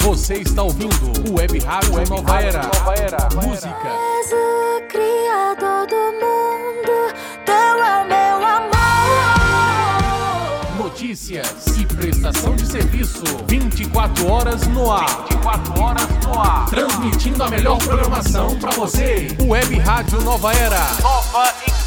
Você está ouvindo o Web Rádio Nova Era. Música. És o criador do mundo, teu é meu amor. Notícias e prestação de serviço 24 horas no ar. 24 horas no ar. Transmitindo a melhor programação para você. Web Rádio Nova Era. Nova em